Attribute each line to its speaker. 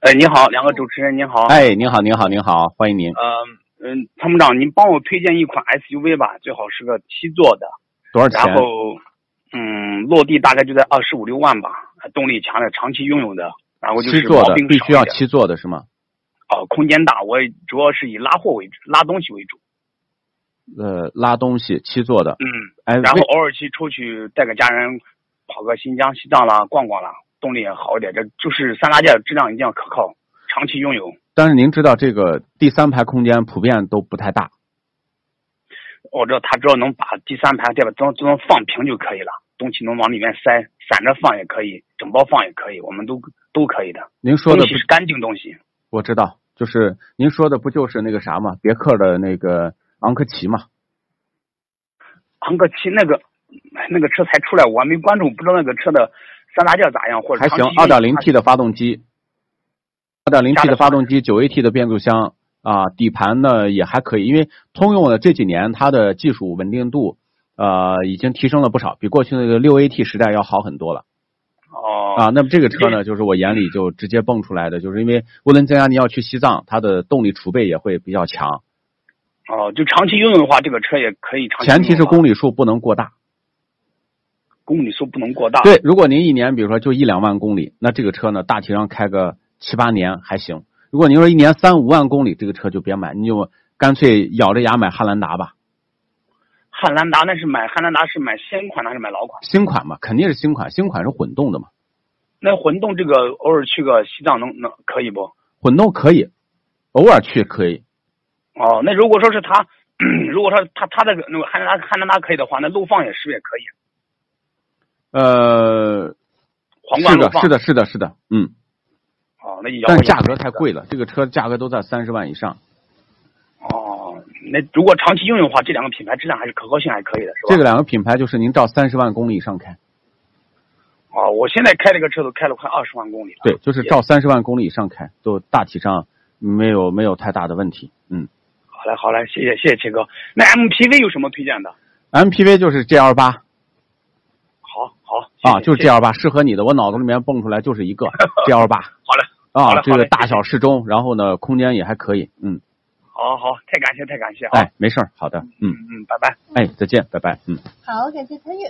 Speaker 1: 哎，你好，两个主持人，您好。
Speaker 2: 哎，您好，您好，您好，欢迎您。
Speaker 1: 呃，嗯，参谋长，您帮我推荐一款 SUV 吧，最好是个七座的，
Speaker 2: 多少钱？
Speaker 1: 然后，嗯，落地大概就在二十五六万吧，呃动力强的，长期拥有的，然后就
Speaker 2: 七
Speaker 1: 是
Speaker 2: 座
Speaker 1: 毛
Speaker 2: 的
Speaker 1: 病
Speaker 2: 必
Speaker 1: 少
Speaker 2: 须
Speaker 1: 一
Speaker 2: 要
Speaker 1: 点
Speaker 2: 七座的是吗？
Speaker 1: 哦，空间大，我主要是以拉货为主，拉东西为主。
Speaker 2: 呃，拉东西七座的。
Speaker 1: 嗯，
Speaker 2: 哎，
Speaker 1: 然后
Speaker 2: 为
Speaker 1: 偶尔去出去带个家人跑个新疆、西藏啦，逛逛啦，动力也好一点。这就是三大件质量一定要可靠，长期拥有。
Speaker 2: 但是您知道这个第三排空间普遍都不太大。
Speaker 1: 我知道他只要能把第三排这个都都能放平就可以了，东西能往里面塞，散着放也可以，整包放也可以，我们都都可以的。
Speaker 2: 您说
Speaker 1: 东
Speaker 2: 的不
Speaker 1: 西是干净东西。
Speaker 2: 我知道，就是您说的不就是那个啥嘛，别克的那个昂科旗嘛？
Speaker 1: 昂克旗那个哎那个车才出来，我还没关注，不知道那个车的三大件咋样，或者
Speaker 2: 还
Speaker 1: 长
Speaker 2: 行，
Speaker 1: 期
Speaker 2: 二
Speaker 1: 用
Speaker 2: 点零 T 的发动机，二点零 T 的发动机，九 AT 的变速箱啊，底盘呢也还可以，因为通用的这几年它的技术稳定度呃已经提升了不少，比过去那个六 AT 时代要好很多了。
Speaker 1: 哦
Speaker 2: 啊，那么这个车呢，就是我眼里就直接蹦出来的，就是因为涡轮增压你要去西藏，它的动力储备也会比较强，
Speaker 1: 哦，就长期拥有的话，这个车也可以长期拥有
Speaker 2: 啊前
Speaker 1: 吧。
Speaker 2: 提是公里数不能过大。
Speaker 1: 公里数不能过大。
Speaker 2: 对，如果您一年比如说就一两万公里，那这个车呢大体上开个七八年还行。如果您说一年三五万公里，这个车就别买，你就干脆咬着牙买汉兰达吧，
Speaker 1: 汉兰达那是买汉兰达是买新款还是买老款？
Speaker 2: 新款嘛，肯定是新款，新款是混动的嘛，
Speaker 1: 那混动这个偶尔去个西藏能能可以不？
Speaker 2: 混动可以，偶尔去可以。
Speaker 1: 哦，那如果说是他， 如果说他他的那个汉兰达汉兰达可以的话，那路况也是不是也可以？啊
Speaker 2: 呃，
Speaker 1: 皇冠
Speaker 2: 是
Speaker 1: 路
Speaker 2: 的，
Speaker 1: 况
Speaker 2: 是。的，是的，是的，嗯，
Speaker 1: 哦，那就摇
Speaker 2: 但
Speaker 1: 滚
Speaker 2: 是价格太。贵了，这个车价格都在三十万以上。
Speaker 1: 哦，那如果长期拥有的话，这两个品牌质量还是可靠性还可以的，是吧？
Speaker 2: 这个两个品牌就是您照三十万公里以上开，
Speaker 1: 哦，我现在开这个车都开了快二十万公里了。
Speaker 2: 对，就是
Speaker 1: 也
Speaker 2: 照三十万公里以上开，都大体上没有没有太大的问题。嗯
Speaker 1: 好嘞，好嘞，谢谢谢谢齐哥。那 MPV 有什么推荐的？
Speaker 2: ，MPV 就是 GL 八
Speaker 1: 好好谢谢
Speaker 2: 啊，就是
Speaker 1: 谢谢
Speaker 2: GL 八适合你的，我脑子里面蹦出来就是 一个 GL 八
Speaker 1: 好嘞，好
Speaker 2: 啊，
Speaker 1: 嘞
Speaker 2: 这个
Speaker 1: 好嘞
Speaker 2: 大
Speaker 1: 谢谢
Speaker 2: 小适中，然后呢，空间也还可以。嗯，哎
Speaker 1: 好好，太感谢太感谢啊。
Speaker 2: 哎，没事儿，好的，嗯，
Speaker 1: 嗯嗯，拜拜。
Speaker 2: 哎，再见，拜拜，嗯。
Speaker 3: 好，感谢参与。